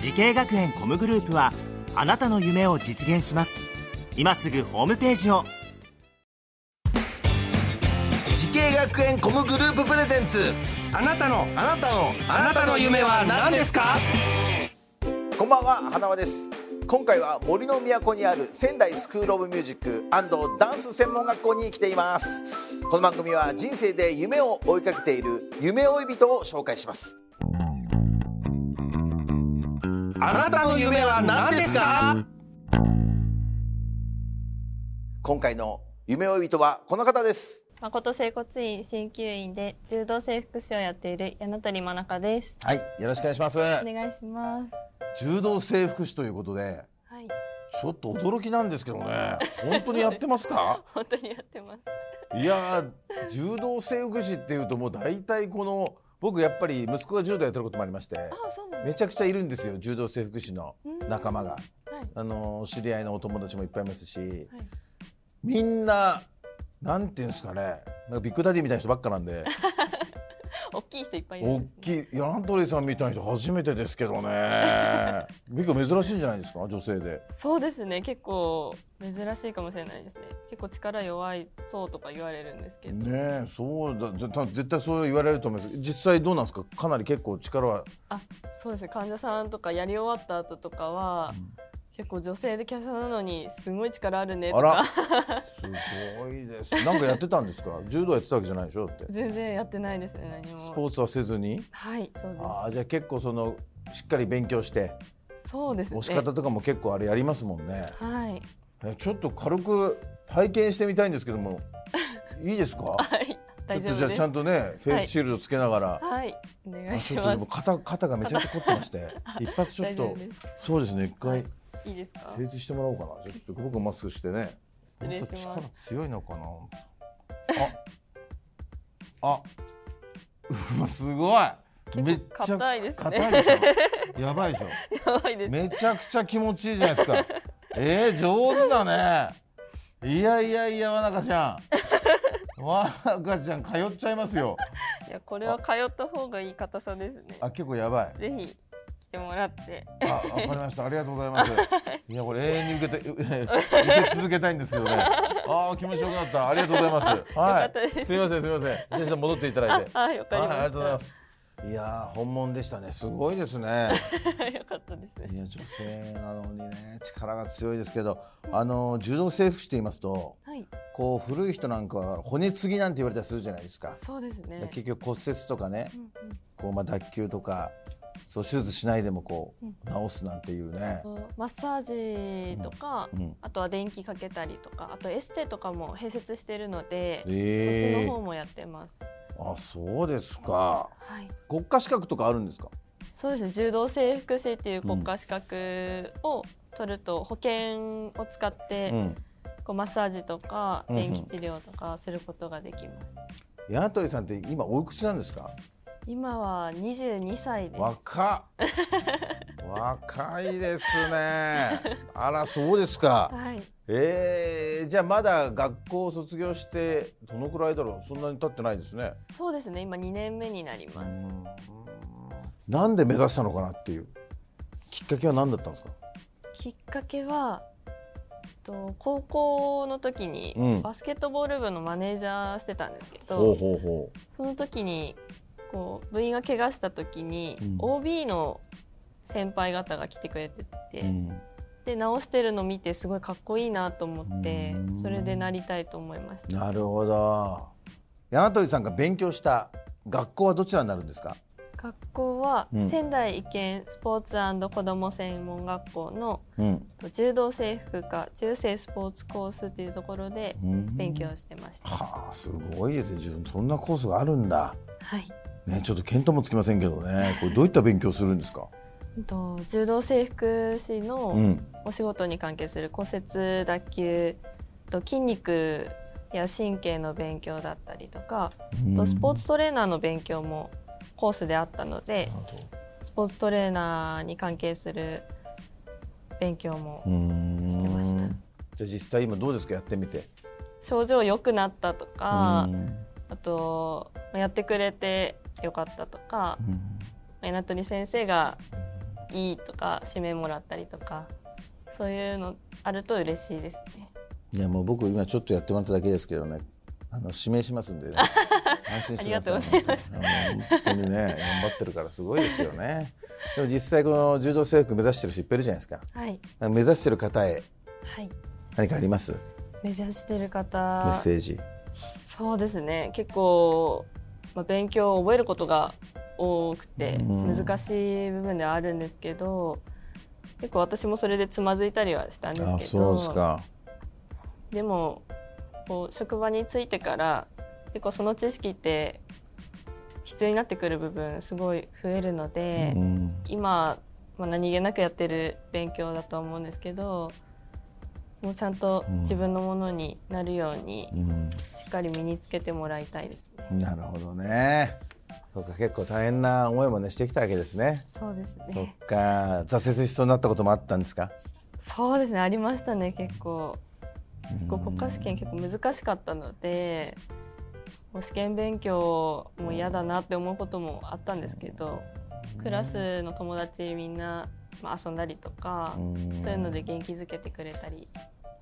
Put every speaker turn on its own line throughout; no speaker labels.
時系学園コムグループはあなたの夢を実現します今すぐホームページを
時系学園コムグループプレゼンツ
あなたの
あなたの
あなたの夢は何ですか
こんばんは花輪です今回は森の都にある仙台スクールオブミュージックダンス専門学校に来ていますこの番組は人生で夢を追いかけている夢追い人を紹介します
あなたの夢は何ですか
今回の夢追い人はこの方です
誠整骨院鍼灸院で柔道整復師をやっている柳鳥真中です。
はいよろしくお願いします
お願いします。
柔道整復師ということで
はい、
ちょっと驚きなんですけどね本当にやってますか
本当にやってます。
いやー柔道整復師っていうともう大体この僕やっぱり息子が柔道やってることもありまして
あ、そうなん
め
で
ちゃくちゃいるんですよ柔道整復師の
す。
仲間が、
はい
あの知り合いのお友達もいっぱいいますし、みんななんていうんですかねなんかビッグダディみたいな人ばっかなんで
大きい人いっぱいいる
大
んです、
き
ね。
いヤントリーさんみたいな人初めてですけど ねビッグ珍しいんじゃないですか女性で
そうですね。結構珍しいかもしれないですね。結構力弱いそうとか言われるんですけど。
ねえそうだぜた絶対そう言われると思います実際どうなんですかかなり結構力は
そうですね。患者さんとかやり終わった後とかは、結構女性で華奢なのにすごい力あるねと
あら
か
すごいですなんかやってたんですか柔道やってたわけじゃないでしょだって
全然やってないですね。何も。
スポーツはせずに
はい、そう
ああじゃあ結構そのしっかり勉強して
です。そうですね。
押し方とかも結構あれやりますもんね
はい。
えちょっと軽く体験してみたいんですけどもいいですか
はい、
ちょ
大
っ
丈
とじゃあ
夫で
ち
す
ゃ。んとねフェイスシールドつけながら、
はい、お願
あ
い
ち
し
ょっと
ま
ですも。肩肩がめちゃめちゃ凝ってまして 一発ちょっ
大丈
と
夫です。
そうですね一回
いいですか
成。立してもらおうかなちょっと僕もマスクしてね
失礼し
本当
ます
力強いのかなああうわ すごいめっちゃ
硬いです
硬いで
ね。
しょやばいでしょ
やばいです。
めちゃくちゃ気持ちいいじゃないですか。えー、上手だね。いやいやいや、わなかちゃん。わなかちゃん、通っちゃいますよ。
いや、これは通った方がいい硬さですね。
あ、結構やばい。
ぜひ来てもらって。
あ、わかりました。ありがとうございます。 いや、これ永遠 に受けて、受け続けたいんですけどね。ああ、気持ちよくなった。ありがとうございます。
よかった
は
で
い。
す
すみません、すみません。じゃあ、ちょっと戻っていただいて。
あ、よかりました。
はい、ありがとうございます。いやー本物でしたね。すごいです ね。
よかったです
いや女性なのにね力が強いですけど、あの柔道整復師と言いますと、
はい、
こう古い人なんかは骨継ぎなんて言われたりするじゃないですか、
そうですね。
結局骨折とかね
うんうん
こうまあ脱臼とかそう手術しないでもこ
うん
う治すなんていうね、
そうマッサージとか、
うん、
あとは電気かけたりとか、あとエステとかも併設してるので、そっ
え
ち
え
の方もやってます。
あそうですか
はい。
国家資格とかあるんですか
そうですね柔道整復師っていう国家資格を取ると保険を使って、
ん
こうマッサージとか
うんうん
電気治療とかすることができます、
矢鳥さんって今おいくつなんですか
今は22歳です
若 っ若いですねあらそうですか
はい
ええじゃあまだ学校を卒業してどのくらいだろうそんなに経ってないですね。
そうですね今2年目になります、
なんで目指したのかなっていうきっかけは何だったんですか。
きっかけはえっと高校の時に
うん
バスケットボール部のマネージャーしてたんですけど、
ほうほうほ
その時にこう部員が怪我した時に、
うん
OB の先輩方が来てくれてて、
う。うん
で直してるの見てすごいかっこいいなと思って
うん
それでなりたいと思いました
なるほど。柳鳥さんが勉強した学校はどちらになるんですか。
学校は
うん
仙台医研スポーツ子ども専門学校の
うん。
柔道制服科中世スポーツコースっていうところで勉強。してました、
はあすごいですね。自分そんなコースがあるんだ。
はい
ねちょっと見当もつきませんけどね。これどういった勉強するんですか。
うんと柔道整復師
う
の
ん
お仕事に関係する骨折脱臼と筋肉や神経の勉強だったりとかあとスポーツトレーナーの勉強もコースであったのでスポーツトレーナーに関係する勉強も
うん
してました
じゃあ実際今どうですかやってみて
症状良くなったとか
うん
あとまあやってくれてよかったとか
うん
まあ稲取先生がいいとか指名もらったりとかそういうのあると嬉しいですね。
いやもう僕今ちょっとやってもらっただけですけどねあの指名しますんで、ね、安心してください
ありがと
本当にね頑張ってるからすごいですよねでも実際この柔道制服目指してる人いっぱいいるじゃないですか
はい、
なんか目指してる方へ
はい、
何かあります
目指してる
メッ
方
セージ
そうですね結構、まあ、勉強を覚えることが多くて
うん
難しい部分ではあるんですけど、結構私もそれでつまずいたりはしたんですけど
あそうですか
でもこう職場に就いてから結構その知識って必要になってくる部分すごい増えるので、
うん
今、まあ、何気なくやってる勉強だと思うんですけどもうちゃんと自分のものになるように
うん
しっかり身につけてもらいたいですね。
なるほどねそうか結構大変な思いもねしてきたわけですね
そうです
そっ
ね。
か挫折しそうになったこともあったんですか
そうですね。ありましたね。結構、結構国家試験結構難しかったので、もう試験勉強も嫌だなって思うこともあったんですけど、クラスの友達みんなまあ遊んだりとか、そういうので元気づけてくれたり、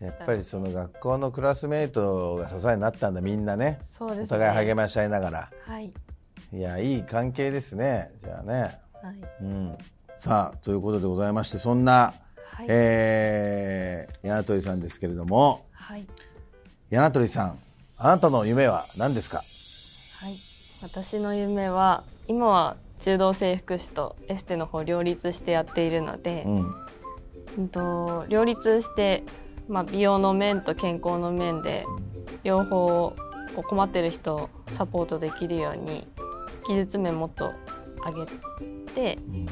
やっぱりその学校のクラスメイトが支えになったんだみんなね
そうですね。
お互い励まし合いながら
はい
いやいい関係ですねじゃあね、
はい
うん、さあということでございましてそんな、
はい、
えー、柳鳥さんですけれども
はい。
柳鳥さんあなたの夢は何ですか
はい、私の夢は今は柔道整復師とエステの方両立してやっているので、
うん
うんと両立して、まあ、美容の面と健康の面で両方こう困ってる人をサポートできるように技術面もっと上げて
ん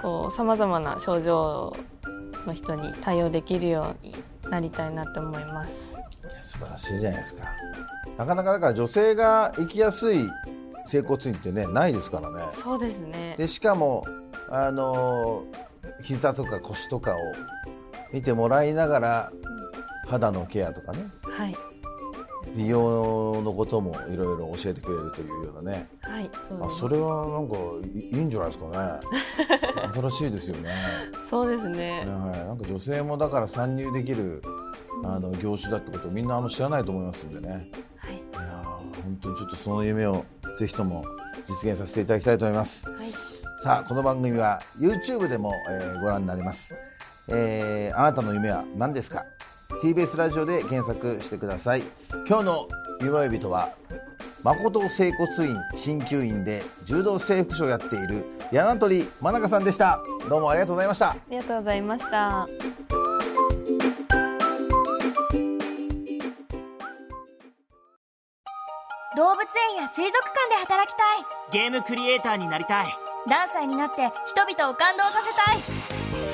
こうさまざまな症状の人に対応できるようになりたいなと思います。
いや素晴らしいじゃないですか なかなかだから女性が生きやすい整骨院ってねないですからね
そうですね。
でしかもあのー膝とか腰とかを見てもらいながら肌のケアとかね
はい、
美容のこともいろいろ教えてくれるというようなね
はい、そうで
あ
す
それはなんかいいいんじゃないです かね新しいですよね
そうですね。
はいなんか女性もだから参入できるあの業種だってことをみんなあんま知らないと思いますんでね
は
い
い。
やー本当にちょっとその夢をぜひとも実現させていただきたいと思います
はい。
さあこの番組は YouTube でも、えーご覧になれます、えーあなたの夢は何ですか TBS ラジオで検索してください今日の夢追い人は誠整骨院鍼灸院で柔道整復師をやっている柳鳥真中さんでしたどうもありがとうございました
ありがとうございました。
動物園や水族館で働きたい
ゲームクリエイターになりたい
何歳になって人々を感動させたい